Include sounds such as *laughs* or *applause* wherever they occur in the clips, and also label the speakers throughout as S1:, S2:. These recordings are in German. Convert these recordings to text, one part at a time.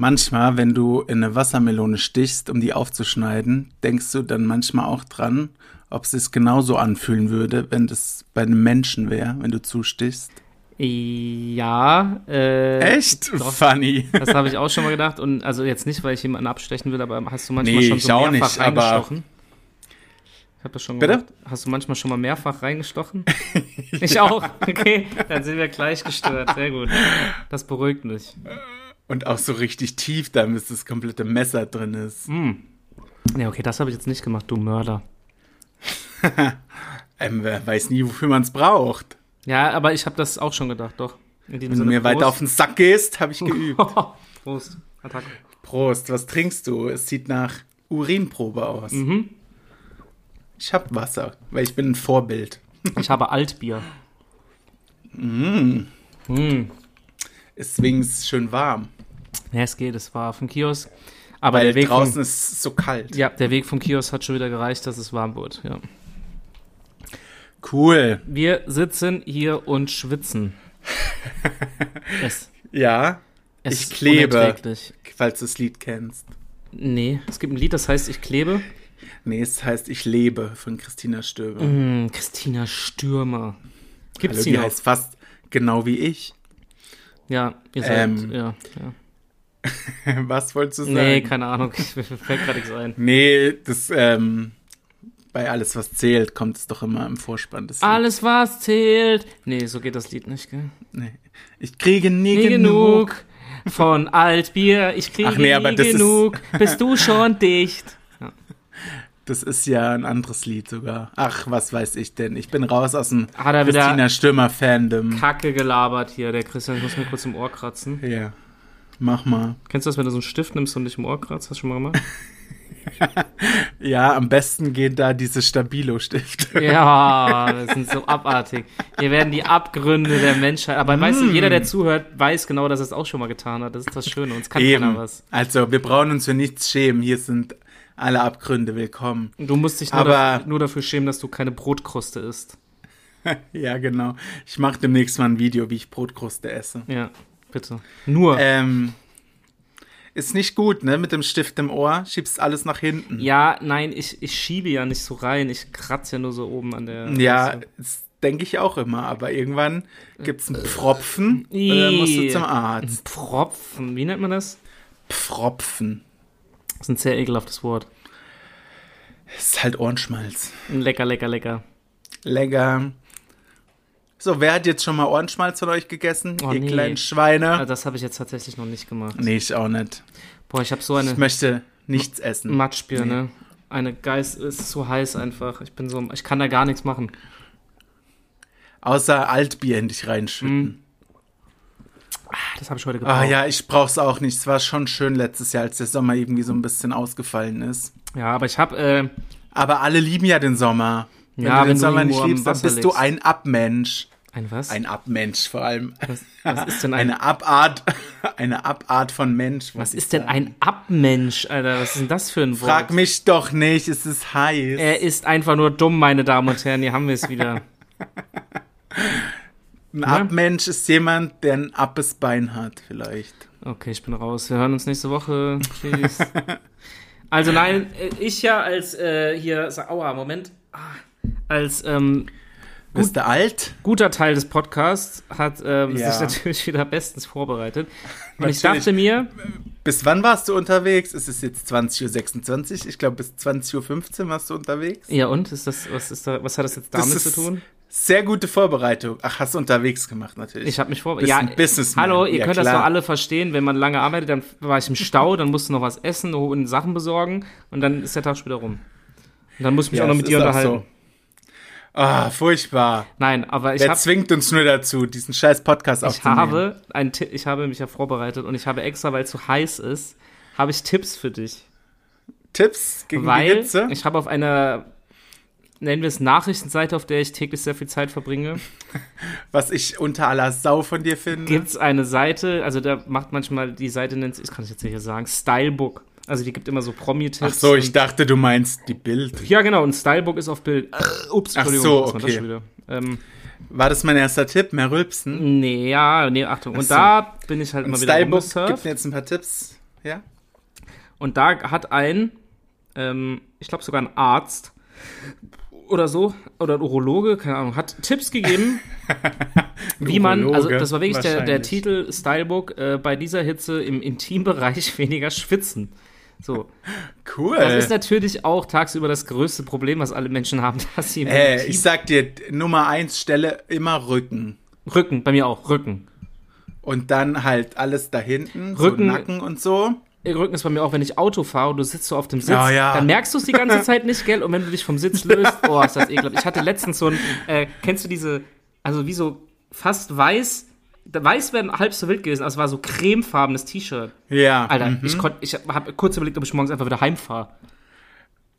S1: Manchmal, wenn du in eine Wassermelone stichst, um die aufzuschneiden, denkst du dann manchmal auch dran, ob es sich genauso anfühlen würde, wenn das bei einem Menschen wäre, wenn du zustichst.
S2: Ja. Äh,
S1: Echt?
S2: doch,
S1: Funny.
S2: Das habe ich auch schon mal gedacht. Und also jetzt nicht, weil ich jemanden abstechen will, aber hast du manchmal
S1: Nee,
S2: schon
S1: ich
S2: so
S1: auch
S2: mehrfach
S1: nicht, aber-
S2: reingestochen? ich habe das schon
S1: Bitte?
S2: gemacht. Hast du manchmal schon mal
S1: *laughs*
S2: mehrfach reingestochen? ich auch. Okay, dann sind wir gleich gestört. Sehr gut. Das beruhigt mich.
S1: Und auch so richtig tief, da bis das komplette Messer drin ist.
S2: Nee, okay, das habe ich jetzt nicht gemacht, du Mörder.
S1: Ähm, wer weiß nie, wofür man es braucht.
S2: Ja, aber ich habe das auch schon gedacht, doch. In diesem
S1: Wenn du mir weiter auf den Sack gehst, *laughs* habe ich geübt.
S2: Prost. *laughs* Prost. Attacke.
S1: Prost, was trinkst du? Es sieht nach Urinprobe aus. Ich hab Wasser, weil ich bin ein Vorbild.
S2: Ich habe Altbier. Mm. Mm.
S1: Deswegen ist es schön warm,
S2: Ja, es geht, es war vom Kiosk. Aber
S1: weil
S2: der Weg
S1: draußen
S2: vom,
S1: ist es so kalt.
S2: ja, der Weg vom Kiosk hat schon wieder gereicht, dass es warm wird. Ja.
S1: Cool.
S2: Wir sitzen hier
S1: *laughs*
S2: und schwitzen. es,
S1: Ja,
S2: es
S1: Ich
S2: ist
S1: klebe.
S2: unerträglich.
S1: falls du das Lied kennst.
S2: Nee, es gibt ein Lied, das heißt Ich klebe.
S1: Nee, es heißt Ich lebe von Christina Stöber.
S2: Mm, Christina Stürmer. Gibt's
S1: Hallo,
S2: die
S1: die
S2: noch?
S1: heißt fast genau wie ich. *laughs*
S2: Ja, ihr seid,
S1: Ähm,
S2: ja, ja.
S1: Was wolltest du sagen?
S2: Nee, keine Ahnung, *laughs* ich mir fällt gerade nichts ein.
S1: Nee, das, ähm, bei alles, was zählt, kommt es doch immer im Vorspann. Des Lieds.
S2: Alles, was zählt. Nee, so geht das Lied nicht, gell?
S1: Nee. Ich kriege nie,
S2: nie
S1: genug.
S2: genug von Altbier. Ich kriege
S1: Ach nee, aber
S2: nie
S1: das ist-
S2: genug. Bist du schon dicht?
S1: Das ist ja ein anderes Lied sogar. Ach, was weiß ich denn? Ich bin raus aus dem
S2: Hat er wieder-
S1: Christina Stürmer-Fandom.
S2: Kacke gelabert hier, der Christian. Ich muss mir kurz im Ohr kratzen.
S1: Ja, mach mal.
S2: Kennst du das, wenn du so einen Stift nimmst und dich im Ohr kratzt? Hast du schon mal gemacht?
S1: *laughs* Ja, am besten gehen da diese Stabilo-Stifte.
S2: ja, wir sind so abartig. Hier werden die Abgründe der Menschheit. Aber weißt du, jeder,
S1: Mm.
S2: der zuhört, weiß genau, dass er es auch schon mal getan hat. Das ist das Schöne. Uns kann keiner
S1: Eben.
S2: was.
S1: Also, wir brauchen uns für nichts schämen. Hier sind alle Abgründe willkommen.
S2: Du musst dich nur,
S1: Aber-
S2: dafür, nur dafür schämen, dass du keine Brotkruste isst.
S1: Ja, genau. Ich mache demnächst mal ein Video, wie ich Brotkruste esse.
S2: Ja, bitte. Nur.
S1: Ähm, ist nicht gut, ne? Mit dem Stift im Ohr schiebst alles nach hinten.
S2: Ja, nein, ich, ich schiebe ja nicht so rein, ich kratze ja nur so oben an der.
S1: Ja, das denke ich auch immer, aber irgendwann gibt's einen Pfropfen und dann
S2: Ih.
S1: musst du zum Arzt.
S2: Pfropfen, wie nennt man das?
S1: Pfropfen.
S2: Das ist ein sehr ekelhaftes Wort.
S1: Ist halt Ohrenschmalz.
S2: Lecker, lecker, lecker.
S1: Lecker. So, wer hat jetzt schon mal Ohrenschmalz von euch gegessen?
S2: Oh,
S1: Ihr
S2: nee.
S1: kleinen Schweine.
S2: Also das habe ich jetzt tatsächlich noch nicht gemacht.
S1: Ah. Nee, ich auch nicht.
S2: Boah, ich habe so
S1: Ich
S2: eine
S1: möchte nichts essen.
S2: Matschbirne. Eine Geist es ist so heiß einfach. Ich bin so, ich kann da gar nichts machen.
S1: Außer Altbier in dich
S2: Mhm.
S1: reinschütten.
S2: Ah, Das habe ich heute
S1: Ah
S2: gebraucht.
S1: ja, ich brauch's auch nicht. Es war schon schön letztes Jahr, als der Sommer irgendwie so ein bisschen ausgefallen ist.
S2: ja, aber ich habe, äh,
S1: Aber alle lieben ja den Sommer. Wenn
S2: Ja,
S1: du den
S2: wenn du
S1: Sommer
S2: irgendwo
S1: nicht
S2: am
S1: liebst, dann
S2: Wasser
S1: bist du
S2: liegst.
S1: ein Abmensch.
S2: ein was?
S1: Ein Abmensch vor allem.
S2: was, was ist denn ein,
S1: Eine Abart, *laughs* eine Abart von Mensch.
S2: was ist denn ein Abmensch, Alter? Was ist denn das Äh, für ein Wort?
S1: Frag mich doch nicht, es ist heiß.
S2: Er ist einfach nur dumm, meine Damen und Herren. Hier haben wir
S1: *laughs*
S2: es wieder. ne?
S1: ein Abmensch ist jemand, der ein abes Bein hat, vielleicht.
S2: Okay, ich bin raus. Wir hören uns
S1: *laughs*
S2: nächste Woche. Tschüss. also nein, äh, ich ja als äh, hier, sa- aua, Moment. Ah, Als ähm,
S1: Bist du alt?
S2: guter Teil des Podcasts hat ähm,
S1: Ja.
S2: sich natürlich wieder bestens vorbereitet. Und
S1: Natürlich.
S2: ich dachte mir,
S1: Bis wann warst du unterwegs? Es ist jetzt 20.26 Uhr. Ich glaube, bis 20.15 Uhr warst du unterwegs.
S2: ja und ist das, was ist da, was hat das jetzt
S1: Das
S2: damit
S1: ist-
S2: zu tun?
S1: Sehr gute Vorbereitung. Ach, hast du unterwegs gemacht, natürlich.
S2: Ich habe mich vorbereitet.
S1: bist
S2: Ja,
S1: ein Businessman.
S2: hallo, ihr
S1: Ja,
S2: könnt das
S1: klar.
S2: doch alle verstehen. Wenn man lange arbeitet, dann war ich im Stau, dann musste noch was essen und Sachen besorgen und dann ist der Tag schon wieder rum. Und dann muss ich mich
S1: Ja,
S2: auch noch
S1: es
S2: mit dir
S1: ist auch
S2: unterhalten.
S1: so. Ah, furchtbar.
S2: Nein, aber ich
S1: Wer
S2: habe
S1: zwingt uns nur dazu, diesen scheiß Podcast
S2: Ich
S1: aufzunehmen?
S2: habe, einen Ti- ich habe mich ja vorbereitet und ich habe extra, weil es so heiß ist, habe ich Tipps für dich.
S1: Tipps gegen die
S2: Weil
S1: Hitze?
S2: ich habe auf einer, nennen wir es Nachrichtenseite, auf der ich täglich sehr viel Zeit verbringe,
S1: Mhm. was ich unter aller Sau von dir finde.
S2: gibt es eine Seite, also da macht manchmal die Seite, nennt sich, ich kann es jetzt nicht hier sagen, Stylebook. Also die gibt immer so Promi-Tipps.
S1: Ach so, ich
S2: und-
S1: dachte, du meinst die Bild.
S2: Ja, genau, und Stylebook ist auf Bild. äh, Ups,
S1: Ach
S2: Entschuldigung,
S1: so,
S2: was war
S1: okay.
S2: das schon wieder? Ähm,
S1: War das mein erster Tipp? Mehr rülpsen.
S2: nee, ja, nee, Achtung. Und
S1: so.
S2: da bin ich halt
S1: Und
S2: immer wieder
S1: Stylebook
S2: rumgesurft.
S1: gibt mir jetzt ein paar Tipps. Ja?
S2: Und da hat ein, ähm, ich glaube sogar ein Arzt oder so, oder ein Urologe, keine Ahnung, hat
S1: *laughs*
S2: Tipps gegeben, wie man, also das war wirklich der, der
S1: wahrscheinlich.
S2: Titel Stylebook, äh, bei dieser Hitze im Intimbereich *laughs* weniger schwitzen. So,
S1: Cool.
S2: das ist natürlich auch tagsüber das größte Problem, was alle Menschen haben, *laughs* dass sie im
S1: äh,
S2: Intim-
S1: ich sag dir, Nummer eins Stelle immer Rücken.
S2: Rücken, bei mir auch, Rücken.
S1: Und dann halt alles da hinten,
S2: Rücken-
S1: so Nacken und so.
S2: Ihr Rücken ist bei mir auch, wenn ich Auto fahre und du sitzt so auf dem Sitz,
S1: Ja, ja.
S2: dann merkst du es
S1: *laughs*
S2: die ganze Zeit nicht, gell? Und wenn du dich vom Sitz löst, oh, ist das ekelhaft. Ich hatte letztens so ein, äh, kennst du diese, also wie so fast weiß, weiß wäre halb so wild gewesen, aber es war so cremefarbenes T-Shirt.
S1: Ja. Mhm.
S2: Alter, ich, konnt, ich habe kurz überlegt, ob ich morgens einfach wieder heimfahre.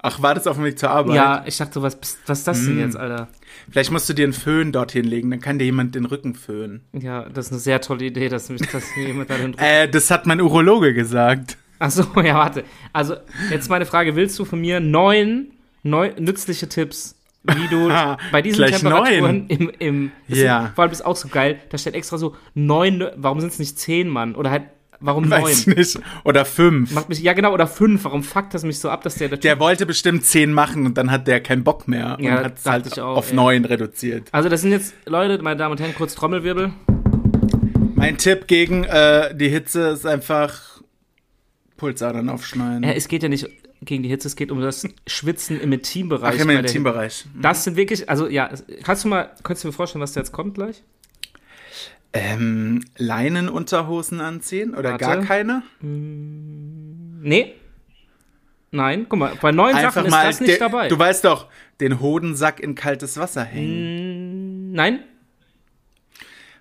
S1: Ach, war das auf dem Weg zur Arbeit?
S2: Ja, ich dachte, was, bist- was ist das
S1: Mhm.
S2: denn jetzt, Alter?
S1: Vielleicht musst du dir einen Föhn dorthin legen, dann kann dir jemand den Rücken föhnen.
S2: Ja, das ist eine sehr tolle Idee, dass mich
S1: *laughs*
S2: dass mir jemand da den
S1: Äh, das hat mein Urologe gesagt.
S2: Achso, *laughs* ja, warte. Also, jetzt meine Frage: Willst du von mir neun, neu- nützliche Tipps, wie
S1: *laughs*
S2: du bei diesen
S1: Gleich
S2: Temperaturen im. im das
S1: Ja.
S2: Sind, vor allem ist auch so geil, da steht extra so neun, nö- warum sind es nicht zehn, Mann? Oder halt, warum
S1: Weiß
S2: neun?
S1: nicht. Oder fünf.
S2: Macht mich, ja, genau, oder fünf, warum fuckt das mich so ab, dass der.
S1: Der wollte bestimmt zehn machen und dann hat der keinen Bock mehr
S2: Ja,
S1: und hat es
S2: dachte
S1: halt
S2: ich auch,
S1: auf
S2: ey.
S1: neun reduziert.
S2: also, das sind jetzt, Leute, meine Damen und Herren, kurz Trommelwirbel.
S1: Mein Tipp gegen äh, die Hitze ist einfach Pulsadern aufschneiden.
S2: Ja, es geht ja nicht gegen die Hitze, es geht um das Schwitzen im
S1: Ach,
S2: Intimbereich.
S1: immer
S2: bei
S1: im
S2: der-
S1: Teambereich.
S2: Das sind wirklich, also ja, es- kannst du mal, kannst du mir vorstellen, was da jetzt kommt gleich?
S1: Ähm, Leinenunterhosen anziehen oder
S2: Warte.
S1: gar keine?
S2: Nee. Nein, guck mal, bei neuen Sachen ist das nicht
S1: der-
S2: dabei. Hm.
S1: Du weißt doch, den Hodensack in kaltes Wasser hängen.
S2: Nein?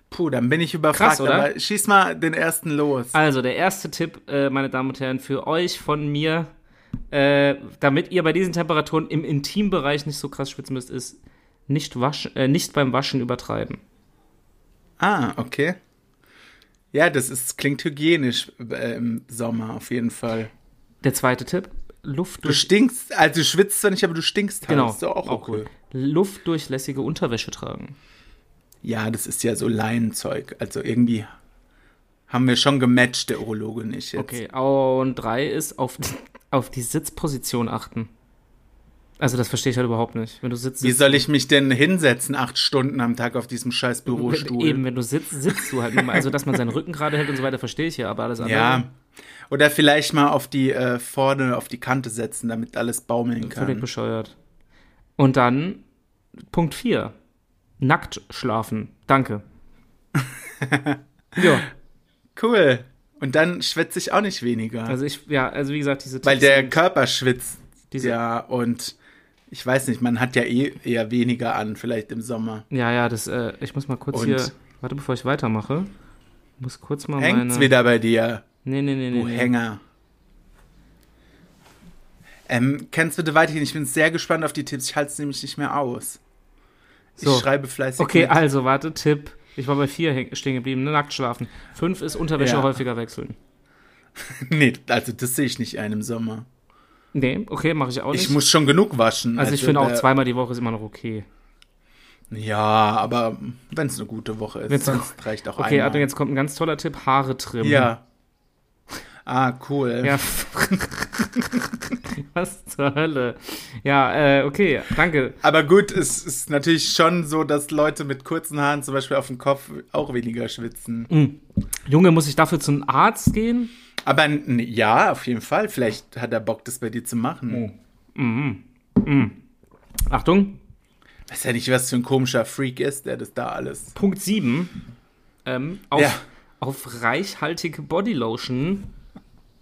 S1: Puh, dann bin ich überfragt.
S2: Krass, oder?
S1: Aber schieß mal den ersten los.
S2: Also, der erste Tipp, äh, meine Damen und Herren, für euch von mir, äh, damit ihr bei diesen Temperaturen im Intimbereich nicht so krass schwitzen müsst, ist nicht, waschen, äh, nicht beim Waschen übertreiben.
S1: Ah, okay. Ja, das ist, klingt hygienisch äh, im Sommer auf jeden Fall.
S2: Der zweite Tipp, Luft
S1: Du
S2: durch,
S1: stinkst, also du schwitzt zwar nicht, aber du stinkst halt.
S2: Hm. genau,
S1: Ist doch auch, cool.
S2: luftdurchlässige Unterwäsche tragen.
S1: Ja, das ist ja so Leinenzeug. Also irgendwie haben wir schon gematcht, der Urologe nicht jetzt.
S2: Okay, und drei ist auf, *laughs* auf die Sitzposition achten. Also, das verstehe ich halt überhaupt nicht. Wenn du sitzt,
S1: Wie
S2: sitzt
S1: soll ich mich denn hinsetzen, acht Stunden am Tag auf diesem scheiß
S2: Wenn,
S1: Bürostuhl?
S2: eben, wenn du sitzt, sitzt du halt nun mal. Also, dass man seinen Rücken gerade hält und so weiter, verstehe ich ja, aber alles andere.
S1: Ja. Oder vielleicht mal auf die äh, vorne, auf die Kante setzen, damit alles baumeln
S2: Völlig
S1: kann.
S2: bescheuert. Und dann Punkt 4. Nackt schlafen.
S1: *laughs*
S2: Danke. ja,
S1: Cool. Und dann schwitze ich auch nicht weniger.
S2: also ich, ja, also wie gesagt, diese
S1: weil
S2: Tipps
S1: der
S2: sind-
S1: Körper schwitzt.
S2: Diese-
S1: ja, und ich weiß nicht, man hat ja eh eher weniger an, vielleicht im Sommer.
S2: Ja, ja, das, äh, ich muss mal kurz
S1: Und-
S2: hier. Warte, bevor ich weitermache. Muss kurz mal
S1: Hängt's
S2: Oh, meine.
S1: wieder bei dir,
S2: Nee, nee, nee, nee.
S1: du
S2: nee.
S1: Hänger. Ähm, kannst bitte weitergehen? Ich bin sehr gespannt auf die Tipps. Ich halte es nämlich nicht mehr aus.
S2: So.
S1: Ich schreibe fleißig.
S2: Okay,
S1: mit.
S2: also warte, Tipp. Ich war bei 4 stehen geblieben, ne? Nackt schlafen. 5 ist Unterwäsche
S1: Ja.
S2: häufiger wechseln.
S1: *laughs* nee, also das sehe ich nicht ein im Sommer.
S2: Nee, okay, mache ich auch nicht.
S1: Ich muss schon genug waschen.
S2: also ich finde auch
S1: äh,
S2: zweimal die Woche ist immer noch okay.
S1: Ja, aber wenn es eine gute Woche ist,
S2: Wenn's-
S1: sonst reicht auch
S2: Okay,
S1: einmal.
S2: Achtung, jetzt kommt ein ganz toller Tipp: Haare trimmen.
S1: Ja. Ah, cool. *laughs*
S2: Ja. Was zur Hölle? Ja, äh, okay, danke.
S1: Aber gut, es ist natürlich schon so, dass Leute mit kurzen Haaren zum Beispiel auf dem Kopf auch weniger schwitzen.
S2: Mhm. Junge, muss ich dafür zum Arzt gehen?
S1: Aber n- ja, auf jeden Fall. Vielleicht hat er Bock, das bei dir zu machen.
S2: Oh. Achtung,
S1: Weiß ja nicht, was für ein komischer Freak ist, der das da alles.
S2: Punkt 7. Ähm, auf,
S1: Ja.
S2: auf reichhaltige Bodylotion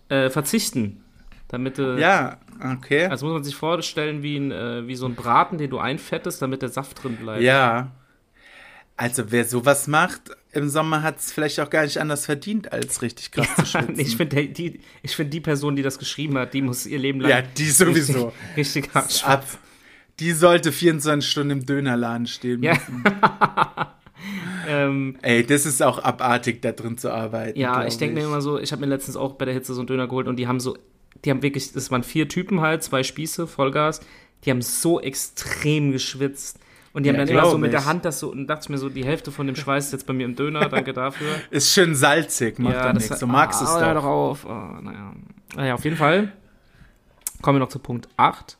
S2: äh, verzichten. Damit du.
S1: Ja, okay.
S2: Also muss man sich vorstellen, wie, ein, äh, wie so ein Braten, den du einfettest, damit der Saft drin bleibt. *laughs*
S1: ja. Also, wer sowas macht, im Sommer hat es vielleicht auch gar nicht anders verdient, als richtig krass
S2: *laughs*
S1: zu schwitzen.
S2: Ich finde die, ich find die Person, die das geschrieben hat, die muss ihr Leben lang
S1: ja, die
S2: *laughs*
S1: sowieso.
S2: richtig, richtig hart
S1: Ab. Die sollte 24 Stunden im Dönerladen stehen.
S2: Ja.
S1: müssen.
S2: ähm,
S1: Ey, das ist auch abartig, da drin zu arbeiten.
S2: Ja,
S1: glaub
S2: ich denke mir immer so, ich habe mir letztens auch bei der Hitze so einen Döner geholt und die haben so, die haben wirklich, das waren vier Typen halt, zwei Spieße, Vollgas, die haben so extrem geschwitzt. Und die haben
S1: Ja,
S2: dann immer so
S1: glaub
S2: mit der
S1: ich.
S2: Hand das so, und dachte ich mir so, die Hälfte von dem Schweiß ist jetzt bei mir im Döner, danke dafür.
S1: *laughs* Ist schön salzig, macht dann nichts. Du magst
S2: ah,
S1: es
S2: ah, hör
S1: doch.
S2: doch auf. Ah, naja. naja, auf jeden Fall kommen wir noch zu Punkt 8.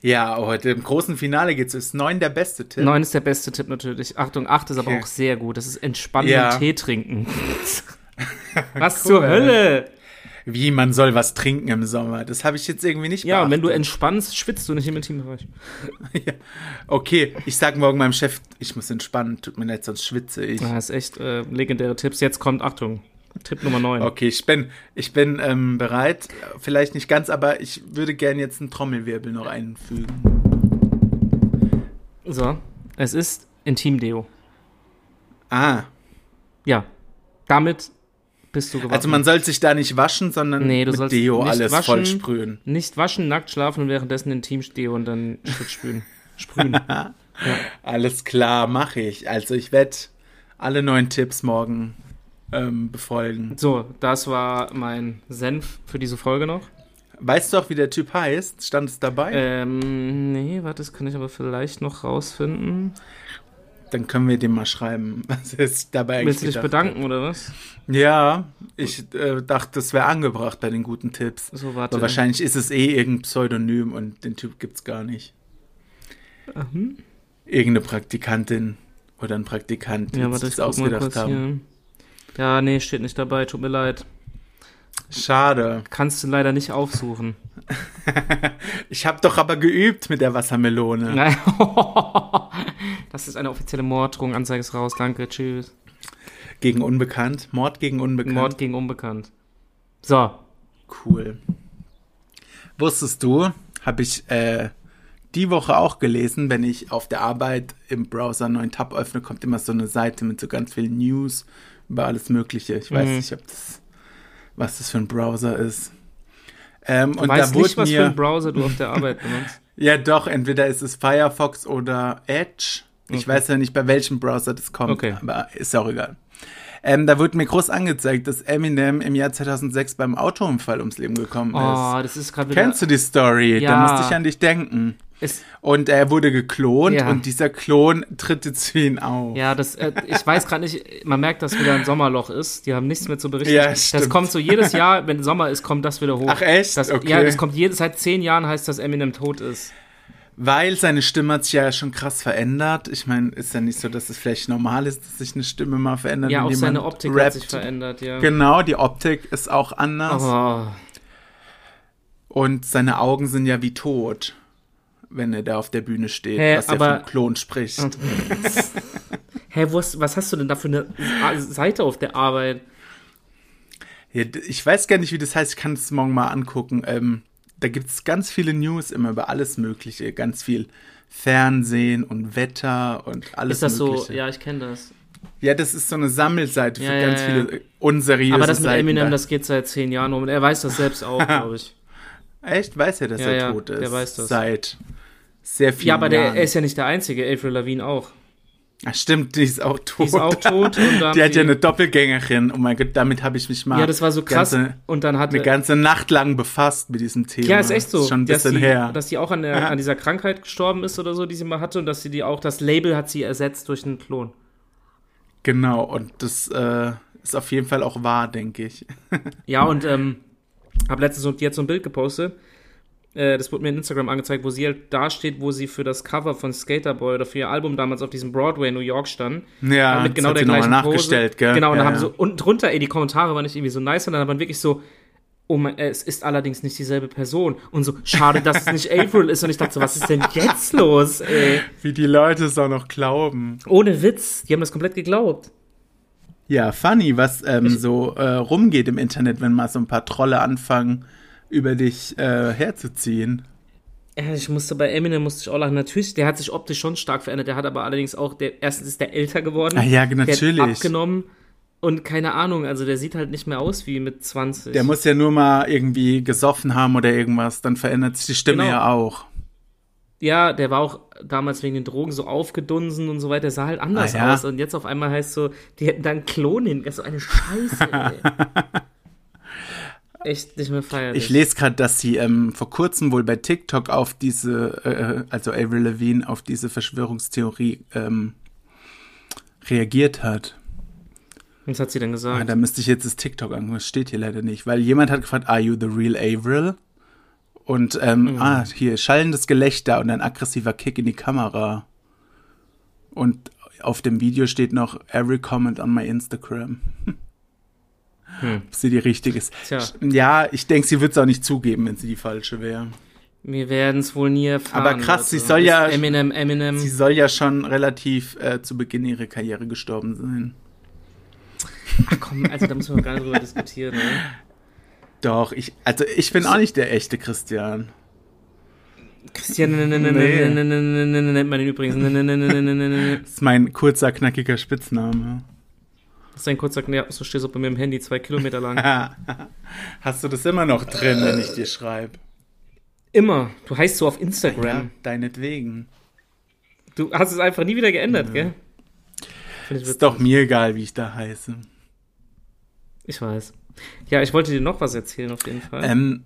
S1: Ja, oh, heute im großen Finale geht's. Ist neun der beste Tipp.
S2: 9 ist der beste Tipp natürlich. Achtung, 8 ist aber
S1: Okay.
S2: auch sehr gut. Das ist entspannen
S1: Ja.
S2: und
S1: *laughs*
S2: Tee trinken. Was zur Hölle?
S1: Wie, man soll was trinken im Sommer. Das habe ich jetzt irgendwie nicht
S2: Ja, und wenn du
S1: beachtet.
S2: entspannst, schwitzt du nicht im Intimbereich.
S1: Okay, ich sag morgen meinem Chef, ich muss entspannen, tut mir leid, sonst schwitze ich.
S2: Ja, Das ist echt äh, legendäre Tipps. Jetzt kommt, Achtung, Tipp Nummer 9.
S1: Okay, ich bin, ich bin ähm, bereit. Vielleicht nicht ganz, aber ich würde gerne jetzt einen Trommelwirbel noch einfügen.
S2: So, es ist Intimdeo.
S1: Ah,
S2: Ja, damit bist du gewappnet.
S1: also man soll sich da nicht waschen, sondern
S2: Nee, du
S1: mit
S2: sollst
S1: Deo
S2: nicht
S1: alles
S2: waschen.
S1: vollsprühen.
S2: nicht waschen, nackt schlafen und währenddessen intim Deo und dann Schritt *laughs* spülen. Sprühen.
S1: Alles klar, mache ich. Also ich werde alle neuen Tipps morgen ähm, befolgen.
S2: So, das war mein Senf für diese Folge noch.
S1: Weißt du auch, wie der Typ heißt? Stand es dabei?
S2: Ähm, nee, warte, das kann ich aber vielleicht noch rausfinden.
S1: Dann können wir dem mal schreiben, *laughs* was er sich dabei
S2: Willst du
S1: eigentlich
S2: dich
S1: gedacht hat.
S2: bedanken oder was?
S1: Ja, ich äh, dachte, das wäre angebracht bei den guten Tipps.
S2: So,
S1: Aber
S2: warte.
S1: wahrscheinlich ist es eh irgendein Pseudonym und den Typ gibt's gar nicht.
S2: Mhm.
S1: Irgendeine Praktikantin oder ein Praktikant, die
S2: Ja,
S1: sich
S2: warte, ich
S1: das
S2: guck mal
S1: ausgedacht
S2: kurz
S1: haben.
S2: hier. Ja, nee, steht nicht dabei, tut mir leid.
S1: Schade.
S2: Kannst du leider nicht aufsuchen.
S1: Ich habe doch aber geübt mit der
S2: *laughs*
S1: Wassermelone.
S2: Nein. *laughs* Das ist eine offizielle Morddrohung. Anzeige ist raus. Danke. Tschüss.
S1: Gegen Unbekannt. Mord gegen Unbekannt.
S2: Mord gegen Unbekannt. So.
S1: Cool. Wusstest du, habe ich äh, die Woche auch gelesen, wenn ich auf der Arbeit im Browser einen neuen Tab öffne, kommt immer so eine Seite mit so ganz vielen News über alles Mögliche. Ich weiß
S2: Mhm.
S1: nicht, ob das, was das für ein Browser ist. Ähm,
S2: Du
S1: und
S2: weißt
S1: da wurde
S2: nicht, was
S1: mir,
S2: für einen Browser du auf der Arbeit
S1: *laughs*
S2: benutzt.
S1: ja doch, entweder ist es Firefox oder Edge. Ich
S2: Okay.
S1: weiß ja nicht, bei welchem Browser das kommt,
S2: Okay.
S1: aber ist ja auch egal. Ähm, da wurde mir groß angezeigt, dass Eminem im Jahr 2006 beim Autounfall ums Leben gekommen ist.
S2: Oh, das ist gerade wieder.
S1: Kennst du die Story? Da
S2: Ja.
S1: musste ich an dich denken.
S2: Ist,
S1: Und er wurde geklont
S2: Ja.
S1: und dieser Klon tritt jetzt für ihn auf.
S2: ja, das, äh, ich weiß gerade nicht, man merkt, dass wieder ein Sommerloch ist. Die haben nichts mehr zu berichten.
S1: Ja,
S2: das
S1: stimmt.
S2: kommt
S1: *laughs*
S2: so jedes Jahr, wenn Sommer ist, kommt das wieder hoch.
S1: Ach echt?
S2: Das,
S1: Okay.
S2: Ja, das kommt jedes, seit zehn Jahren heißt, dass Eminem tot ist.
S1: Weil seine Stimme hat sich ja schon krass verändert. Ich meine, ist ja nicht so, dass es vielleicht normal ist, dass sich eine Stimme mal verändert.
S2: Ja,
S1: wenn
S2: auch seine
S1: jemand
S2: Optik hat
S1: rappt.
S2: sich verändert, ja.
S1: Genau, die Optik ist auch anders.
S2: Oh,
S1: Und seine Augen sind ja wie tot, wenn er da auf der Bühne steht,
S2: Hä,
S1: was er
S2: aber-
S1: vom Klon spricht.
S2: Hä, was, was hast du denn da für eine A- Seite auf der Arbeit?
S1: Ja, d- ich weiß gar nicht, wie das heißt. Ich kann es morgen mal angucken. Ähm, da gibt es ganz viele News immer über alles Mögliche. Ganz viel Fernsehen und Wetter und alles
S2: Ist das
S1: Mögliche.
S2: so? Ja, ich kenne das.
S1: Ja, das ist so eine Sammelseite für
S2: Ja, ja,
S1: ganz
S2: ja.
S1: viele äh, unseriöse
S2: Aber das mit
S1: Seiten.
S2: Eminem,
S1: da.
S2: das geht seit zehn Jahren rum. Und er weiß das selbst
S1: *laughs*
S2: auch, glaube ich.
S1: Echt? Weiß er, dass
S2: Ja,
S1: er
S2: ja,
S1: tot ist?
S2: der weiß das.
S1: Seit sehr vielen
S2: Ja, aber der,
S1: Jahren.
S2: er ist ja nicht der Einzige. Avril Lavigne auch.
S1: Ach, Ah, stimmt, die ist auch tot.
S2: Die ist auch tot. Und dann
S1: Die hat ja eine Doppelgängerin. Oh mein Gott, damit habe ich mich mal
S2: Ja, das war so krass.
S1: Ah, ganze,
S2: und dann hat
S1: eine ganze Nacht lang befasst mit diesem Thema.
S2: ja, ist echt so,
S1: Schon ein
S2: dass,
S1: bisschen
S2: die,
S1: her.
S2: dass die auch an, der, an dieser Krankheit gestorben ist oder so, die sie mal hatte und dass sie die auch, das Label hat sie ersetzt durch einen Klon.
S1: Genau, und das äh, ist auf jeden Fall auch wahr, denke ich.
S2: Ja, und ähm, habe letztens so, die hat so ein Bild gepostet. Äh, das wurde mir in Instagram angezeigt, wo sie halt da steht, wo sie für das Cover von Skaterboy oder für ihr Album damals auf diesem Broadway in New York stand.
S1: Ja,
S2: mit genau
S1: Ah, das
S2: der
S1: hat sie
S2: gleichen
S1: nochmal nachgestellt,
S2: Pose.
S1: gell?
S2: Genau, und
S1: ja,
S2: dann haben
S1: ja.
S2: so unten drunter, ey, die Kommentare waren nicht irgendwie so nice, und dann waren wirklich so, oh mein, äh, es ist allerdings nicht dieselbe Person. Und so, schade, dass
S1: *laughs*
S2: es nicht April ist. Und ich dachte so, was ist denn jetzt los, ey?
S1: Wie die Leute es auch noch glauben.
S2: Ohne Witz, die haben das komplett geglaubt.
S1: Ja, funny, was ähm, so äh, rumgeht im Internet, wenn mal so ein paar Trolle anfangen, über dich äh, herzuziehen.
S2: Ja, ich musste bei Eminem musste ich auch lachen. Natürlich, der hat sich optisch schon stark verändert. Der hat aber allerdings auch, der, erstens ist der älter geworden.
S1: Ah ja,
S2: Der hat
S1: natürlich.
S2: abgenommen. Und keine Ahnung, also der sieht halt nicht mehr aus wie mit 20.
S1: Der muss ja nur mal irgendwie gesoffen haben oder irgendwas, dann verändert sich die Stimme
S2: Genau.
S1: ja auch.
S2: ja, der war auch damals wegen den Drogen so aufgedunsen und so weiter. Der sah halt anders
S1: Ah ja.
S2: aus. Und jetzt auf
S1: *laughs*
S2: einmal heißt so, die hätten dann Klonen. Das ist so eine Scheiße, ey. echt nicht mehr feierlich.
S1: Ich lese gerade, dass sie ähm, vor kurzem wohl bei TikTok auf diese, äh, also Avril Lavigne, auf diese Verschwörungstheorie ähm, reagiert hat.
S2: Was hat sie denn gesagt?
S1: Ah, da müsste ich jetzt das TikTok angucken, das steht hier leider nicht, weil jemand hat gefragt, are you the real Avril? Und, ähm,
S2: Mhm.
S1: ah, hier, schallendes Gelächter und ein aggressiver Kick in die Kamera. Und auf dem Video steht noch, every comment on my Instagram.
S2: Hm.
S1: *laughs* Ob sie die richtige ist.
S2: Tja,
S1: Ja, ich denke, sie wird es auch nicht zugeben, wenn sie die falsche wäre.
S2: wir werden es wohl nie erfahren.
S1: Aber krass,
S2: Leute.
S1: sie soll ja-
S2: Ist Eminem, Eminem.
S1: Sie soll ja schon relativ äh, zu Beginn ihrer Karriere gestorben sein.
S2: Ach komm, also da müssen wir gar nicht drüber diskutieren. Ne?
S1: *laughs* Doch, ich, also ich bin auch nicht der echte Christian.
S2: Christian, ne, ne, ne,
S1: Nee.
S2: ne, ne, ne, ne, ne, ne, nennt man ihn übrigens. Ne, ne, ne, ne, ne, ne, ne.
S1: Das ist mein kurzer, knackiger Spitzname.
S2: Das ist ein kurzer Knirps, so stehst du bei mir im Handy, zwei Kilometer lang.
S1: *laughs* Hast du das immer noch drin, wenn ich dir schreibe?
S2: Immer. Du heißt so auf
S1: Ja,
S2: Instagram.
S1: deinetwegen.
S2: Du hast es einfach nie wieder geändert, gell? Find Ich,
S1: Ist
S2: witzig.
S1: doch mir egal, wie ich da heiße.
S2: ich weiß. Ja, ich wollte dir noch was erzählen, auf jeden Fall.
S1: Ähm,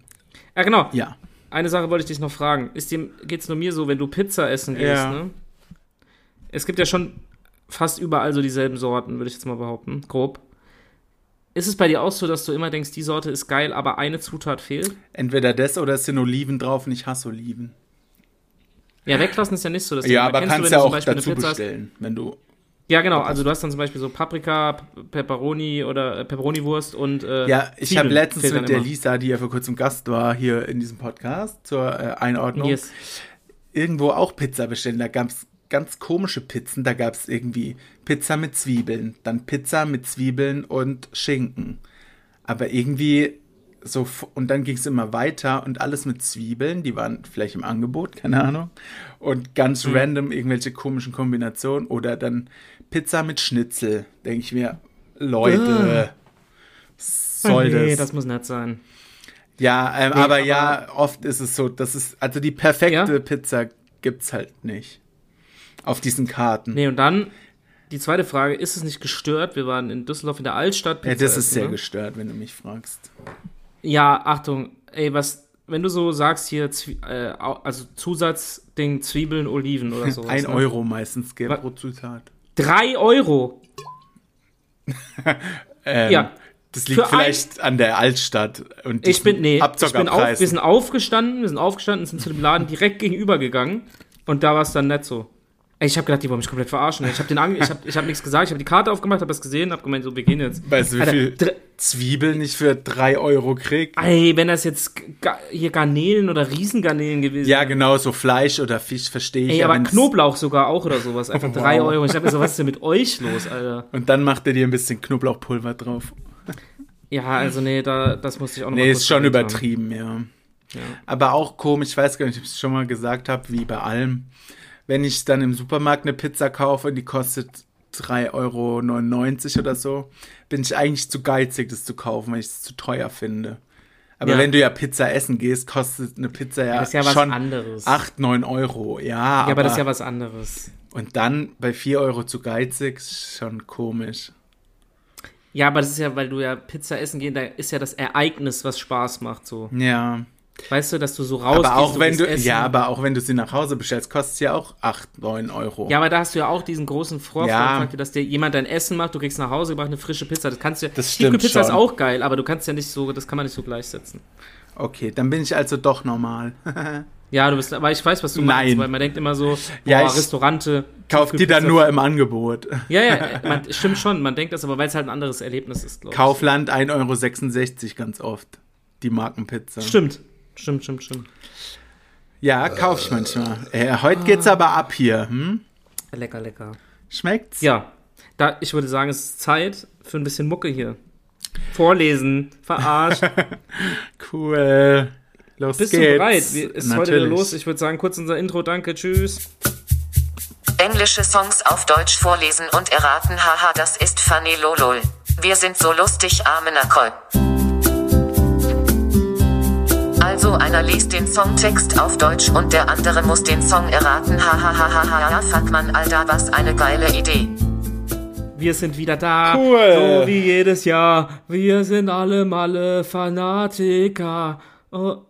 S2: ja, genau.
S1: ja.
S2: Eine Sache wollte ich dich noch fragen. Ist dir, geht's nur mir so, wenn du Pizza essen gehst,
S1: Ja.
S2: ne? Es gibt ja schon fast überall so dieselben Sorten, würde ich jetzt mal behaupten. Grob. Ist es bei dir auch so, dass du immer denkst, die Sorte ist geil, aber eine Zutat fehlt?
S1: Entweder das oder es sind Oliven drauf und ich hasse Oliven. Also,
S2: Ja, weglassen ist ja nicht so. Das Ding.
S1: Ja, aber
S2: Kennst
S1: kannst
S2: wenn
S1: ja
S2: zum
S1: auch
S2: Beispiel eine
S1: dazu
S2: Pizza hast-
S1: bestellen, wenn du.
S2: Ja, genau. Also du hast dann zum Beispiel so Paprika, P- Pepperoni oder äh, Pepperoni-Wurst und äh,
S1: Ja, ich habe
S2: Zwiebeln
S1: letztens
S2: fehlt dann
S1: mit der
S2: immer.
S1: Lisa, die ja vor kurzem Gast war, hier in diesem Podcast zur äh, Einordnung,
S2: Yes.
S1: irgendwo auch Pizza bestellt. Da gab es ganz komische Pizzen. Da gab es irgendwie Pizza mit Zwiebeln, dann Pizza mit Zwiebeln und Schinken. Aber irgendwie so, f- und dann ging es immer weiter und alles mit Zwiebeln, die waren vielleicht im Angebot, keine Ahnung. Und ganz random irgendwelche komischen Kombinationen oder dann Pizza mit Schnitzel. Denke ich mir, Leute, soll
S2: nee,
S1: das?
S2: das muss nett sein.
S1: Ja, ähm,
S2: Nee,
S1: aber,
S2: aber-
S1: ja, oft ist es so, das ist, also die perfekte
S2: Ja?
S1: Pizza gibt's halt nicht. Auf diesen Karten.
S2: Nee, und dann die zweite Frage, ist es nicht gestört? Wir waren in Düsseldorf in der Altstadt.
S1: ja,
S2: Pizza
S1: das ist
S2: essen,
S1: sehr
S2: ne?
S1: gestört, wenn du mich fragst.
S2: Ja, Achtung, ey, was, wenn du so sagst hier, Zwie äh, au- also Zusatzding, Zwiebeln,
S1: *laughs*
S2: Oliven oder sowas.
S1: Ein
S2: ne?
S1: Euro meistens gell,
S2: Wa-
S1: pro Zutat.
S2: Drei Euro.
S1: *laughs* Ähm,
S2: Ja.
S1: Das liegt
S2: Für
S1: vielleicht an der Altstadt. Und
S2: Ich bin, nee, ich bin auf, wir
S1: Abzockerpreisen.
S2: sind aufgestanden, wir sind aufgestanden, sind zu dem Laden direkt gegenüber gegangen und da war es dann nicht so. Ey, ich habe gedacht, die wollen mich komplett verarschen. Ich habe den ange ich habe ich hab nichts gesagt, ich habe die Karte aufgemacht, habe das gesehen, habe gemeint, so wir gehen jetzt.
S1: Weißt du, wie
S2: Alter,
S1: viel
S2: dr-
S1: Zwiebeln ich für drei Euro krieg?
S2: Ey, wenn das jetzt g- ga- hier Garnelen oder Riesengarnelen gewesen
S1: Ja, genau, so Fleisch oder Fisch verstehe ich.
S2: Ey,
S1: ja,
S2: aber
S1: wenn's-
S2: Knoblauch sogar auch oder sowas. Einfach
S1: Oh,
S2: drei
S1: wow.
S2: Euro. Ich dachte mir so, was ist denn mit euch los, Alter?
S1: Und dann macht er dir ein bisschen Knoblauchpulver drauf.
S2: Ja, also nee, da, das musste ich auch noch mal
S1: Nee, ist
S2: kurz
S1: schon
S2: erwähnt haben.
S1: übertrieben, ja. Aber auch komisch, ich weiß gar nicht, ob ich es schon mal gesagt habe, wie bei allem. Wenn ich dann im Supermarkt eine Pizza kaufe und die kostet 3,99 Euro oder so, bin ich eigentlich zu geizig, das zu kaufen, weil ich es zu teuer finde. Aber
S2: Ja.
S1: wenn du ja Pizza essen gehst, kostet eine Pizza ja,
S2: Das ist ja was
S1: schon
S2: anderes.
S1: 8, 9 Euro. Ja,
S2: ja, aber das ist ja was anderes.
S1: und dann bei 4 Euro zu geizig, ist schon komisch.
S2: Ja, aber das ist ja, weil du ja Pizza essen gehen, da ist ja das Ereignis, was Spaß macht, so.
S1: Ja.
S2: Weißt du, dass du so rausgehst
S1: Aber auch
S2: du
S1: wenn
S2: gehst
S1: du,
S2: essen.
S1: ja, aber auch wenn du sie nach Hause bestellst, kostet sie ja auch 8, 9 Euro.
S2: Ja, aber da hast du ja auch diesen großen
S1: Ja.
S2: Vorfall, dass dir jemand dein Essen macht, du kriegst nach Hause gebracht eine frische Pizza. Das kannst du ja.
S1: Das stimmt
S2: Tiefkühlpizza ist
S1: schon.
S2: auch geil, aber du kannst ja nicht so, das kann man nicht so gleichsetzen.
S1: Okay, dann bin ich also doch *laughs* normal.
S2: Ja, du bist, aber ich weiß, was du
S1: Nein.
S2: meinst, weil man denkt immer so, boah,
S1: Ja, ich-
S2: Restaurante.
S1: Kauft die dann
S2: Tiefkühlpizza-
S1: nur im *laughs* Angebot.
S2: Ja, ja, man, stimmt schon. Man denkt das, aber weil es halt ein anderes Erlebnis ist, glaube ich.
S1: Kaufland 1,66 Euro ganz oft. Die Markenpizza.
S2: Stimmt. Stimmt, stimmt, stimmt.
S1: Ja, kauf ich manchmal. Äh, heute geht's aber ab hier. Hm?
S2: Lecker, lecker.
S1: Schmeckt's?
S2: Ja, da, ich würde sagen, es ist Zeit für ein bisschen Mucke hier. Vorlesen,
S1: *laughs*
S2: verarscht.
S1: Cool. Los
S2: Bist
S1: geht's.
S2: du bereit? Wir- Ist heute wieder
S1: Natürlich.
S2: los. Ich würde sagen, kurz unser Intro. Danke, tschüss.
S3: Englische Songs auf Deutsch vorlesen und erraten. Haha, das ist funny lolol. Wir sind so lustig, arme Nacol. Also einer liest den Songtext auf Deutsch und der andere muss den Song erraten. Hahaha, fuck man, Alter, was eine geile Idee.
S2: wir sind wieder da.
S4: Cool.
S2: So wie jedes Jahr. Wir sind alle Malle Fanatiker. Oh,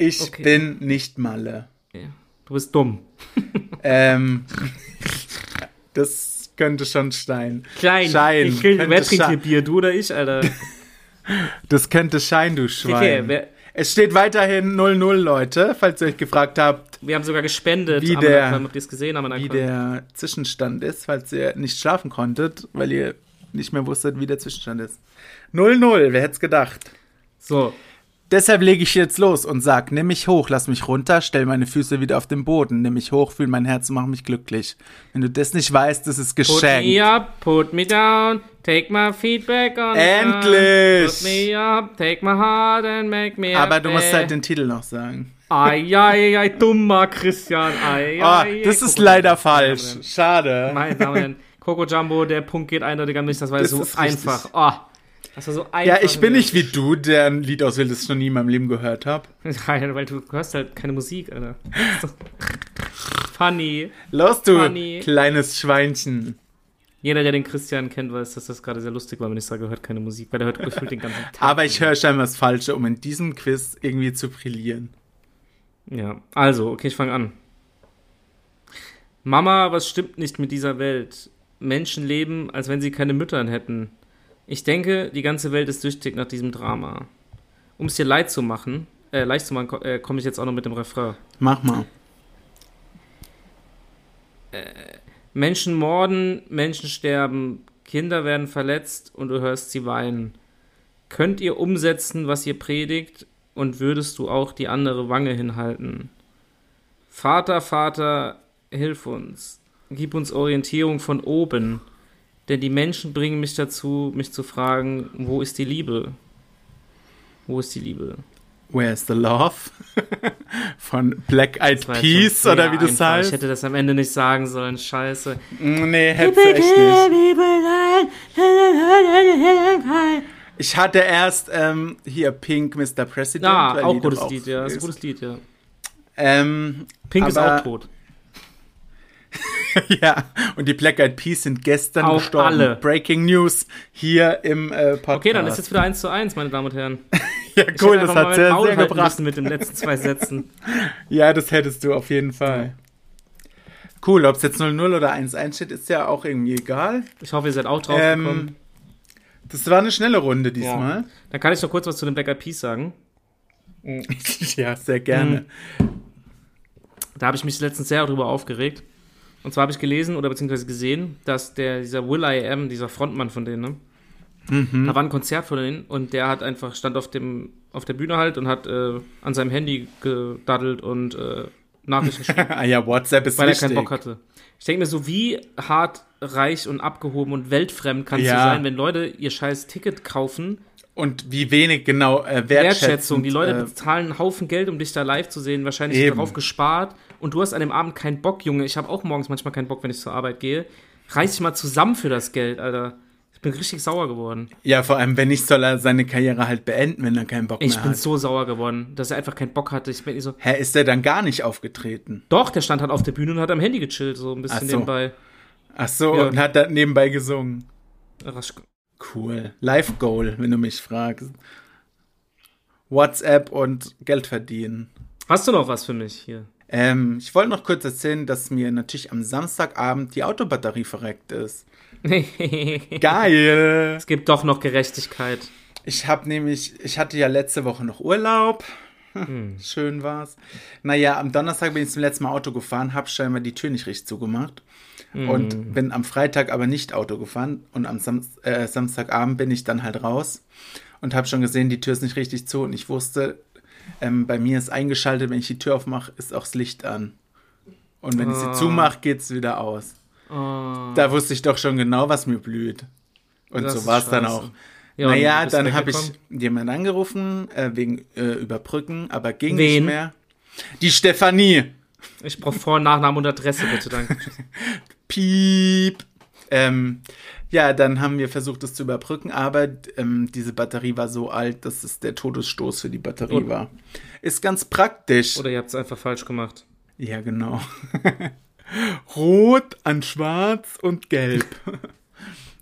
S1: Ich
S2: Okay.
S1: bin nicht Malle.
S2: ja. Du bist dumm.
S1: Ähm, *laughs* das könnte schon Stein.
S2: Klein.
S1: Schein.
S2: Ich will,
S1: Könnte
S2: wer trinkt
S1: Schein-
S2: hier Bier? Du oder ich, Alter? *laughs*
S1: Das könnte Schein, du Schwein.
S2: Okay, wer,
S1: es steht weiterhin 0-0, Leute, falls ihr euch gefragt habt,
S2: wir haben sogar gespendet.
S1: Wie
S2: Am
S1: der-
S2: Anfang, Habt ihr es gesehen? Am
S1: wie
S2: Anfang.
S1: der Zwischenstand ist, falls ihr nicht schlafen konntet, weil ihr nicht mehr wusstet, wie der Zwischenstand ist. 0-0, wer hätte es gedacht?
S2: So.
S1: Deshalb lege ich jetzt los und sag, nimm mich hoch, lass mich runter, stell meine Füße wieder auf den Boden, nimm mich hoch, fühl mein Herz und mach mich glücklich. Wenn du das nicht weißt, das ist
S2: Put
S1: geschenkt.
S2: me up, put me down, take my feedback on
S1: Endlich!
S2: Put me up, take my heart and make me
S1: Aber
S2: happy.
S1: du musst halt den Titel noch sagen.
S2: Ai, ai, ai, dummer Christian. Ai,
S1: Ah,
S2: ai,
S1: das
S2: ai,
S1: ist
S2: Coco
S1: leider
S2: Jumbo.
S1: falsch. Schade.
S2: Meine Damen und Herren, Coco Jumbo, der Punkt geht eindeutig an mich. Das war
S1: Das
S2: so
S1: ist richtig.
S2: einfach. Oh, das war so einfach.
S1: Ja, ich bin nicht wie du, der ein Lied auswählt, das ich noch nie in meinem Leben gehört habe.
S2: *laughs* Nein, weil du hörst halt keine Musik, Alter. So. Funny.
S1: Los, du
S2: Funny.
S1: kleines Schweinchen.
S2: Jeder, der den Christian kennt, weiß, dass das gerade sehr lustig war, wenn ich sage, er hört keine Musik, weil er hört gefühlt den ganzen Tag.
S1: Aber ich höre scheinbar das Falsche, um in diesem Quiz irgendwie zu brillieren.
S2: Ja, also, okay, ich fange an. Mama, was stimmt nicht mit dieser Welt? Menschen leben, als wenn sie keine Müttern hätten. Ich denke, die ganze Welt ist süchtig nach diesem Drama. Um es dir leid zu machen, äh, leicht zu machen, ko- äh, komme ich jetzt auch noch mit dem Refrain.
S1: Mach mal.
S2: Menschen morden, Menschen sterben, Kinder werden verletzt und du hörst sie weinen. Könnt ihr umsetzen, was ihr predigt, und würdest du auch die andere Wange hinhalten? Vater, Vater, hilf uns, gib uns Orientierung von oben, denn die Menschen bringen mich dazu, mich zu fragen, wo ist die Liebe? Wo ist die Liebe?
S1: Where's the
S2: *laughs*
S1: Love? Von Black Eyed
S2: Das war jetzt
S1: Peas
S2: schon
S1: oder
S2: sehr
S1: wie das
S2: einfach. Ich
S1: heißt?
S2: hätte das am Ende nicht sagen sollen, scheiße.
S1: Mm, Nee, hättest du echt nicht. Ich hatte erst ähm, hier Pink Mr. President.
S2: Ah,
S1: weil
S2: auch
S1: Lied
S2: gutes
S1: auch
S2: Lied, ja, ist ein
S1: ist.
S2: gutes Lied, ja.
S1: Ähm, *laughs*
S2: Pink ist
S1: Aber-
S2: auch tot.
S1: Ja, und die Black Eyed Peas sind gestern
S2: Auch
S1: gestorben.
S2: alle.
S1: Breaking News hier im äh, Podcast.
S2: Okay, dann ist jetzt wieder 1 zu 1, meine Damen
S1: *laughs*
S2: und Herren.
S1: Ja,
S2: Ich
S1: cool,
S2: hätte
S1: das
S2: einfach mal
S1: hat sehr,
S2: Maul
S1: sehr
S2: halten
S1: gebracht.
S2: müssen mit den letzten
S1: *laughs*
S2: zwei Sätzen.
S1: Ja, das hättest du auf jeden Fall. Cool, ob es jetzt 0-0 oder 1-1 steht, ist ja auch irgendwie egal.
S2: Ich hoffe, ihr seid auch drauf
S1: Ähm,
S2: gekommen.
S1: das war eine schnelle Runde
S2: *laughs*
S1: diesmal.
S2: Dann kann ich noch kurz was zu den Black Eyed Peas sagen.
S1: Ja, sehr gerne.
S2: Mhm. Da habe ich mich letztens sehr darüber aufgeregt. Und zwar habe ich gelesen oder beziehungsweise gesehen, dass der, dieser Will I Am, dieser Frontmann von denen, ne?
S1: Mhm.
S2: da war ein Konzert von denen und der hat einfach, stand auf, dem, auf der Bühne halt und hat äh, an seinem Handy gedaddelt und äh,
S1: *laughs*
S2: Nachrichten geschrieben.
S1: Ah ja, WhatsApp ist
S2: weil er
S1: wichtig.
S2: keinen Bock hatte. Ich denke mir so, wie hart, reich und abgehoben und weltfremd kannst du
S1: Ja.
S2: sein, wenn Leute ihr scheiß Ticket kaufen?
S1: Und wie wenig genau äh,
S2: Wertschätzung.
S1: Wertschätzung.
S2: Die Leute
S1: äh,
S2: bezahlen einen Haufen Geld, um dich da live zu sehen, wahrscheinlich
S1: Eben.
S2: darauf gespart. Und du hast an dem Abend keinen Bock, Junge. Ich habe auch morgens manchmal keinen Bock, wenn ich zur Arbeit gehe. Reiß dich mal zusammen für das Geld, Alter. Ich bin richtig sauer geworden.
S1: ja, vor allem, wenn nicht, soll er seine Karriere halt beenden, wenn er keinen Bock
S2: Ich
S1: mehr
S2: bin
S1: hat.
S2: so sauer geworden, dass er einfach keinen Bock hatte. Ich bin so,
S1: Hä, ist er dann gar nicht aufgetreten?
S2: doch, der stand halt auf der Bühne und hat am Handy gechillt, so ein bisschen
S1: Ach so.
S2: nebenbei.
S1: Ach so,
S2: Ja.
S1: und hat dann nebenbei gesungen.
S2: Rasch-
S1: Cool. Life Goal, wenn du mich fragst. WhatsApp und Geld verdienen.
S2: Hast du noch was für mich hier? *laughs*
S1: Ähm, ich wollte noch kurz erzählen, dass mir natürlich am Samstagabend die Autobatterie verreckt ist. Geil!
S2: Es gibt doch noch Gerechtigkeit.
S1: Ich habe nämlich, ich hatte ja letzte Woche noch Urlaub. *laughs*
S2: Hm.
S1: Schön war's. Naja, am Donnerstag bin ich zum letzten Mal Auto gefahren, habe scheinbar die Tür nicht richtig zugemacht.
S2: Hm.
S1: Und bin am Freitag aber nicht Auto gefahren. Und am Sam äh, Samstagabend bin ich dann halt raus und habe schon gesehen, die Tür ist nicht richtig zu. Und ich wusste, ähm, bei mir ist eingeschaltet, wenn ich die Tür aufmache, ist auch das Licht an. Und wenn ich sie
S2: Ah.
S1: zumache, geht's wieder aus.
S2: Oh,
S1: Da wusste ich doch schon genau, was mir blüht. Und
S2: Das
S1: so
S2: ist
S1: war's dann
S2: scheiße.
S1: auch.
S2: ja, und
S1: Naja,
S2: bist du
S1: Ah dann habe ich
S2: weggekommen?
S1: jemanden angerufen, äh, wegen äh, Überbrücken, aber ging
S2: Wen?
S1: nicht mehr. Die Stefanie.
S2: Ich brauche Vor- und Nachnamen und Adresse, bitte, danke.
S1: *laughs* Piep. Ähm, ja, dann haben wir versucht, es zu überbrücken, aber ähm, diese Batterie war so alt, dass es der Todesstoß für die Batterie
S2: Und-
S1: war. Ist ganz praktisch.
S2: Oder ihr habt es einfach falsch gemacht.
S1: ja, genau. *laughs* Rot an Schwarz und
S2: *laughs*
S1: Gelb.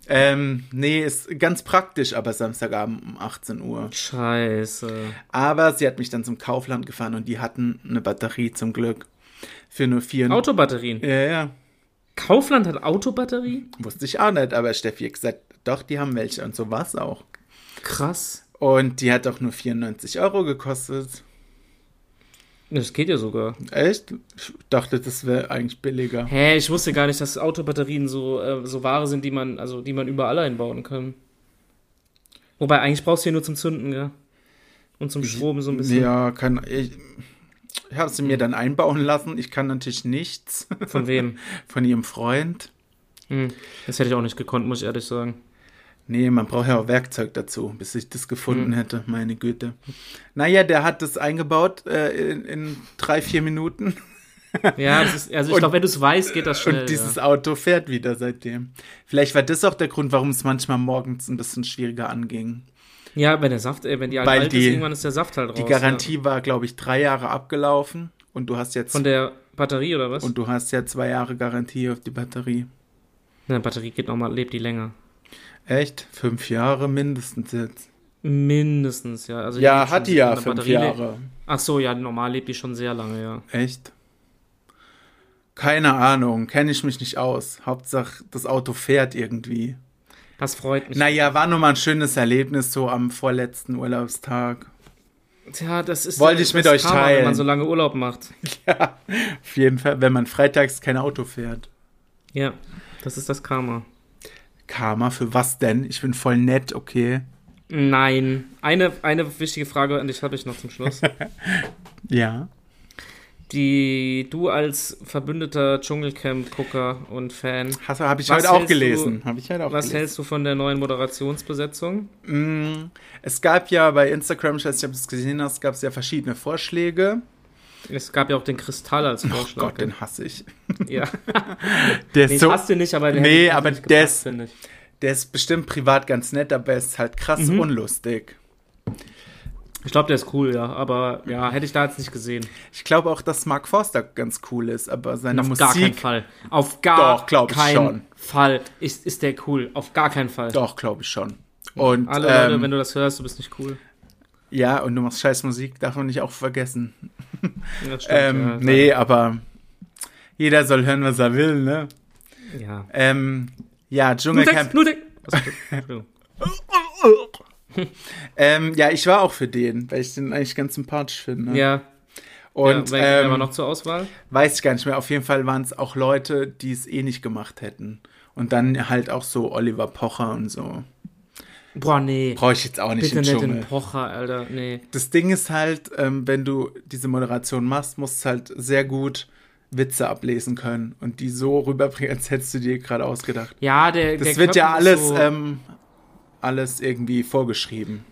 S1: ähm, nee, ist ganz praktisch, aber Samstagabend um 18 Uhr.
S2: Scheiße.
S1: Aber sie hat mich dann zum Kaufland gefahren und die hatten eine Batterie zum Glück. Für nur vier.
S2: Autobatterien.
S1: Ja, ja.
S2: Kaufland hat Autobatterie?
S1: Wusste ich auch nicht, aber Steffi hat gesagt, doch, die haben welche und so war es auch.
S2: Krass.
S1: Und die hat auch nur 94 Euro gekostet.
S2: Das geht ja sogar.
S1: Echt? Ich dachte, das wäre eigentlich billiger.
S2: Hä, ich wusste gar nicht, dass Autobatterien so, äh, so Ware sind, die man, also die man überall einbauen kann. Wobei, eigentlich brauchst du ja nur zum Zünden, ja. Und zum Schroben so ein bisschen.
S1: Ja, kann. Ich, ich habe sie mir dann einbauen lassen. Ich kann natürlich nichts. *laughs*
S2: Von wem?
S1: Von ihrem Freund.
S2: Hm, das hätte ich auch nicht gekonnt, muss ich ehrlich sagen.
S1: Nee, man braucht ja auch Werkzeug dazu, bis ich das gefunden mhm. hätte, meine Güte. Naja, der hat das eingebaut äh, in, in, drei, vier *laughs* Minuten.
S2: Ja, ist, also ich glaube, wenn du es weißt, geht das schnell.
S1: Und dieses ja. Auto fährt wieder seitdem. Vielleicht war das auch der Grund, warum es manchmal morgens ein bisschen schwieriger anging.
S2: Ja, wenn der Saft, äh, wenn die
S1: Weil
S2: alt
S1: die,
S2: ist, irgendwann ist der Saft halt raus.
S1: Die Garantie ja. war, glaube ich, drei Jahre abgelaufen und du hast jetzt.
S2: Von der Batterie oder was?
S1: Und du hast ja zwei Jahre Garantie auf die Batterie.
S2: Na, Batterie geht nochmal, lebt die länger.
S1: Echt? Fünf Jahre mindestens jetzt.
S2: Mindestens, ja. Also
S1: ja, hat die ja fünf Batterie Jahre.
S2: Ach so, ja, normal lebt die schon sehr lange, ja.
S1: Echt? Keine Ahnung, kenne ich mich nicht aus. Hauptsache, das Auto fährt irgendwie.
S2: Das freut mich.
S1: Naja, war nochmal ein schönes Erlebnis so am vorletzten Urlaubstag.
S2: Tja, das ist
S1: Wollte
S2: ja
S1: ich mit euch
S2: Karma,
S1: teilen.
S2: wenn man so lange Urlaub macht.
S1: Ja, auf jeden Fall, wenn man freitags kein Auto fährt.
S2: Ja, das ist das Karma.
S1: Karma, für was denn? Ich bin voll nett, okay.
S2: Nein. Eine, eine wichtige Frage an dich habe ich noch zum
S1: *laughs*
S2: Schluss.
S1: ja.
S2: Die du als verbündeter Dschungelcamp-Gucker und Fan.
S1: Hast habe ich heute auch gelesen. Habe ich heute auch
S2: was
S1: gelesen.
S2: hältst du von der neuen Moderationsbesetzung?
S1: Mm, es gab ja bei Instagram, ich weiß nicht, ob du es gesehen hast, gab es ja verschiedene Vorschläge.
S2: Es gab ja auch den Kristall als Vorschlag.
S1: Oh Gott, den hasse ich.
S2: Ja.
S1: *laughs* der
S2: den
S1: ist so,
S2: hast du nicht, aber den
S1: nee,
S2: hätte ich
S1: aber
S2: nicht
S1: der
S2: gepasst,
S1: ist-
S2: finde ich.
S1: der ist bestimmt privat ganz nett, aber er ist halt krass unlustig.
S2: Ich glaube, der ist cool, ja. Aber ja, hätte ich da jetzt nicht gesehen.
S1: Ich glaube auch, dass Mark Forster ganz cool ist, aber seine
S2: Auf gar keinen
S1: Musik.
S2: Fall. Auf gar
S1: Doch, glaub ich
S2: keinen
S1: schon.
S2: Fall ist, ist der cool. Auf gar keinen Fall.
S1: Doch, glaube ich schon. Und
S2: Mhm. Alle
S1: ähm,
S2: Leute, wenn du das hörst, du bist nicht cool.
S1: ja, und du machst scheiß Musik, darf man nicht auch vergessen.
S2: Ja, stimmt,
S1: Ähm,
S2: ja,
S1: nee, aber jeder soll hören, was er will, ne?
S2: Ja.
S1: Ähm, ja,
S2: Nur Text,
S1: Dschungelcamp.
S2: nur Text. Also,
S1: *laughs*
S2: Entschuldigung.
S1: Ähm, ja, ich war auch für den, weil ich den eigentlich ganz sympathisch finde.
S2: ja.
S1: Und
S2: ja, wer ähm,
S1: ähm,
S2: noch zur Auswahl?
S1: weiß ich gar nicht mehr. Auf jeden Fall waren es auch Leute, die es eh nicht gemacht hätten. Und dann halt auch so Oliver Pocher und so.
S2: Boah, nee.
S1: Brauche ich jetzt auch nicht
S2: Bitte
S1: im
S2: nicht
S1: Dschungel.
S2: den Pocher, Alter. Nee.
S1: das Ding ist halt, ähm, wenn du diese Moderation machst, musst du halt sehr gut Witze ablesen können und die so rüberbringen, als hättest du dir gerade ausgedacht.
S2: Ja, der.
S1: Das
S2: der
S1: wird ja
S2: Köppen
S1: alles,
S2: ist So,
S1: ähm, alles irgendwie vorgeschrieben.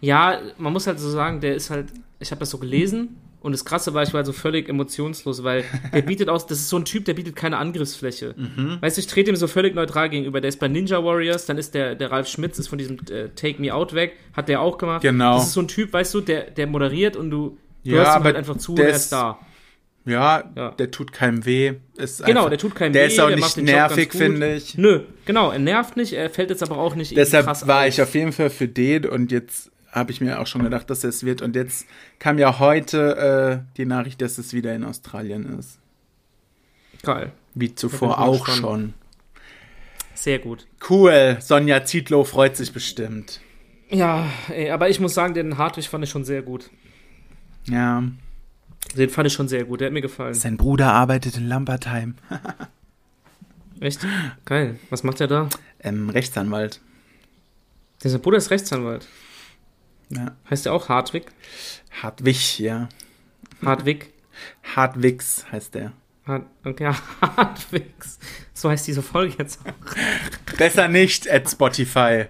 S2: ja, man muss halt so sagen, der ist halt. Ich habe das so gelesen und das Krasse war, ich war so völlig emotionslos, weil der bietet aus. Das ist so ein Typ, der bietet keine Angriffsfläche.
S1: Mhm.
S2: Weißt du, ich trete ihm so völlig neutral gegenüber. Der ist bei Ninja Warriors, dann ist der, der Ralf Schmitz ist von diesem äh, Take Me Out weg, hat der auch gemacht.
S1: Genau.
S2: Das ist so ein Typ, weißt du, der, der moderiert und du. Du
S1: Ja,
S2: hörst ihm
S1: aber
S2: halt einfach zu, und
S1: der
S2: er
S1: ist-
S2: ist da.
S1: Ja,
S2: Ja.
S1: der tut keinem weh. Ist
S2: Genau,
S1: einfach,
S2: der tut keinem
S1: Der
S2: weh,
S1: ist auch
S2: der
S1: nicht
S2: macht den Job ganz
S1: nervig,
S2: gut.
S1: finde ich.
S2: Nö, genau, er nervt nicht, er fällt jetzt aber auch nicht irgendwie
S1: Deshalb
S2: krass
S1: war
S2: auf.
S1: ich auf jeden Fall für den und jetzt habe ich mir auch schon gedacht, dass es wird. Und jetzt kam ja heute äh, die Nachricht, dass es wieder in Australien ist.
S2: Geil.
S1: Wie zuvor
S2: Da bin ich mal
S1: auch schon.
S2: gespannt. Sehr gut.
S1: Cool, Sonja Zietlow freut sich bestimmt.
S2: Ja, ey, aber ich muss sagen, den Hartwig fand ich schon sehr gut.
S1: Ja.
S2: Den fand ich schon sehr gut, der hat mir gefallen.
S1: Sein Bruder arbeitet in Lambertheim.
S2: Echt? Geil. Was macht er da?
S1: Ähm, Rechtsanwalt.
S2: Der sein Bruder ist Rechtsanwalt.
S1: Ja.
S2: Heißt der auch Hartwig?
S1: Hartwig, ja.
S2: Hartwig?
S1: Hartwigs heißt der.
S2: Hart, okay, *laughs* Hartwigs. So heißt diese Folge jetzt.
S1: Besser nicht at Spotify.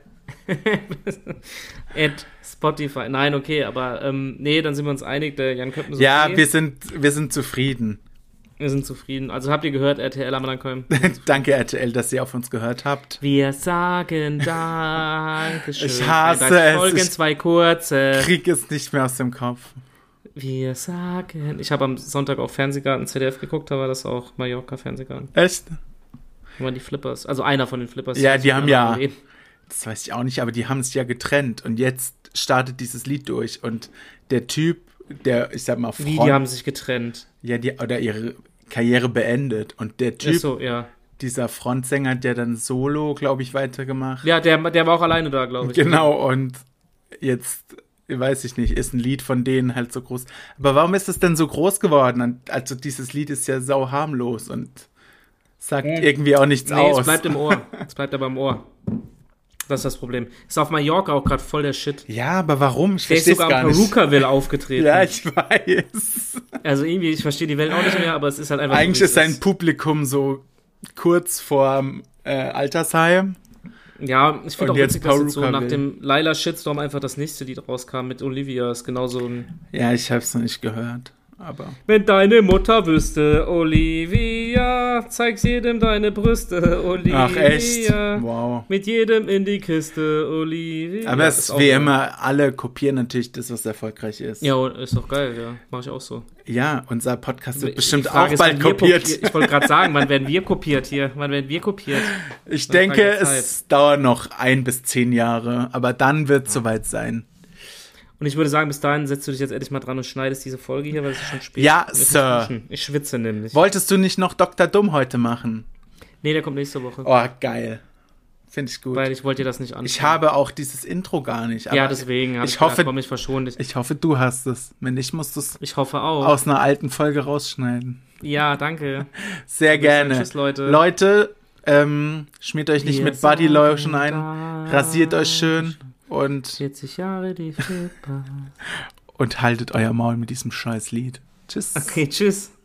S2: At Spotify. Nein, okay, aber ähm, nee, dann sind wir uns einig, der Jan Köppen ist
S1: Ja,
S2: okay.
S1: wir sind, wir sind zufrieden. *laughs*
S2: wir sind zufrieden. Also habt ihr gehört, RTL am Ankommen.
S1: Danke, RTL, dass ihr auf uns gehört habt. *laughs*
S2: Wir sagen Dankeschön.
S1: Ich hasse
S2: 31
S1: es.
S2: Folgen,
S1: Ich-
S2: zwei kurze.
S1: Krieg ist nicht mehr aus dem Kopf.
S2: Wir sagen. Ich habe am Sonntag auch Fernsehgarten ZDF geguckt, da war das auch Mallorca Fernsehgarten.
S1: Echt?
S2: Da waren die Flippers. Also einer von den Flippers. Also
S1: Ja, die haben ja. Das weiß ich auch nicht, aber die haben es ja getrennt. Und jetzt startet dieses Lied durch. Und der Typ, der, ich sag mal,
S2: Front, Wie, die haben sich getrennt.
S1: Ja, die, oder ihre Karriere beendet. Und der
S2: Ach
S1: Typ,
S2: so, ja.
S1: dieser Frontsänger, der dann solo, glaube ich, weitergemacht.
S2: Ja, der, der war auch alleine da, glaube ich.
S1: Genau, und jetzt, weiß ich nicht, ist ein Lied von denen halt so groß. Aber warum ist es denn so groß geworden? Also dieses Lied ist ja sau harmlos und sagt irgendwie auch nichts
S2: Nee,
S1: aus.
S2: es bleibt im Ohr. Es bleibt aber im Ohr. Das ist das Problem. Ist auf Mallorca auch gerade voll der Shit.
S1: ja, aber warum? Ich
S2: Der ist
S1: verstehe es
S2: sogar
S1: gar
S2: am
S1: nicht.
S2: Perukaville aufgetreten.
S1: Ja, ich weiß.
S2: Also irgendwie, ich verstehe die Welt auch nicht mehr, aber es ist halt einfach. so,
S1: Eigentlich
S2: wie es
S1: ist sein Publikum so kurz vorm äh, Altersheim.
S2: Ja, ich finde
S1: Und
S2: auch
S1: jetzt
S2: witzig, dass jetzt so
S1: Peruka
S2: nach
S1: will.
S2: dem Laila Shitstorm einfach das nächste Lied rauskam mit Olivia. Ist genau so ein.
S1: Ja, ich habe es noch nicht gehört. Aber
S2: Wenn deine Mutter wüsste, Olivia, zeig's jedem deine Brüste, Olivia.
S1: ach echt,
S2: äh,
S1: wow.
S2: Mit jedem in die Kiste, Olivia.
S1: Aber es
S2: Ist auch
S1: ist wie
S2: so.
S1: immer, alle kopieren natürlich das, was erfolgreich ist.
S2: Ja, ist doch geil, ja. Mach ich auch so.
S1: Ja, unser Podcast wird
S2: Die
S1: bestimmt
S2: Frage
S1: auch
S2: ist,
S1: bald
S2: wann wir
S1: kopiert.
S2: kopier-
S1: *laughs*
S2: Ich wollte gerade sagen, wann werden wir kopiert hier? Wann werden wir kopiert?
S1: Ich
S2: Eine
S1: denke,
S2: Frage der
S1: es dauert noch ein bis zehn Jahre, aber dann wird es soweit sein.
S2: Und ich würde sagen, bis dahin setzt du dich jetzt endlich mal dran und schneidest diese Folge hier, weil es ist schon spät.
S1: Ja,
S2: Ich muss
S1: Sir.
S2: duschen. Ich schwitze nämlich.
S1: Wolltest du nicht noch Dr. Dumm heute machen?
S2: Nee, der kommt nächste Woche.
S1: Oh, geil. Finde ich gut.
S2: Weil ich wollte dir das nicht anschauen.
S1: ich habe auch dieses Intro gar nicht. Aber
S2: Ja, deswegen. hab
S1: Ich hoffe,
S2: gedacht, komm, ich verschone dich. Ich,
S1: ich hoffe, du hast es. Wenn nicht, musst du es
S2: hoffe auch.
S1: aus einer alten Folge rausschneiden.
S2: Ja, danke.
S1: Sehr gerne.
S2: sagen, tschüss, Leute.
S1: Leute, ähm, schmiert euch nicht mit Bodylotion ein. Rasiert euch schön und,
S2: 40 Jahre die Flipper.
S1: und haltet euer Maul mit diesem scheiß Lied. Tschüss.
S2: Okay, tschüss.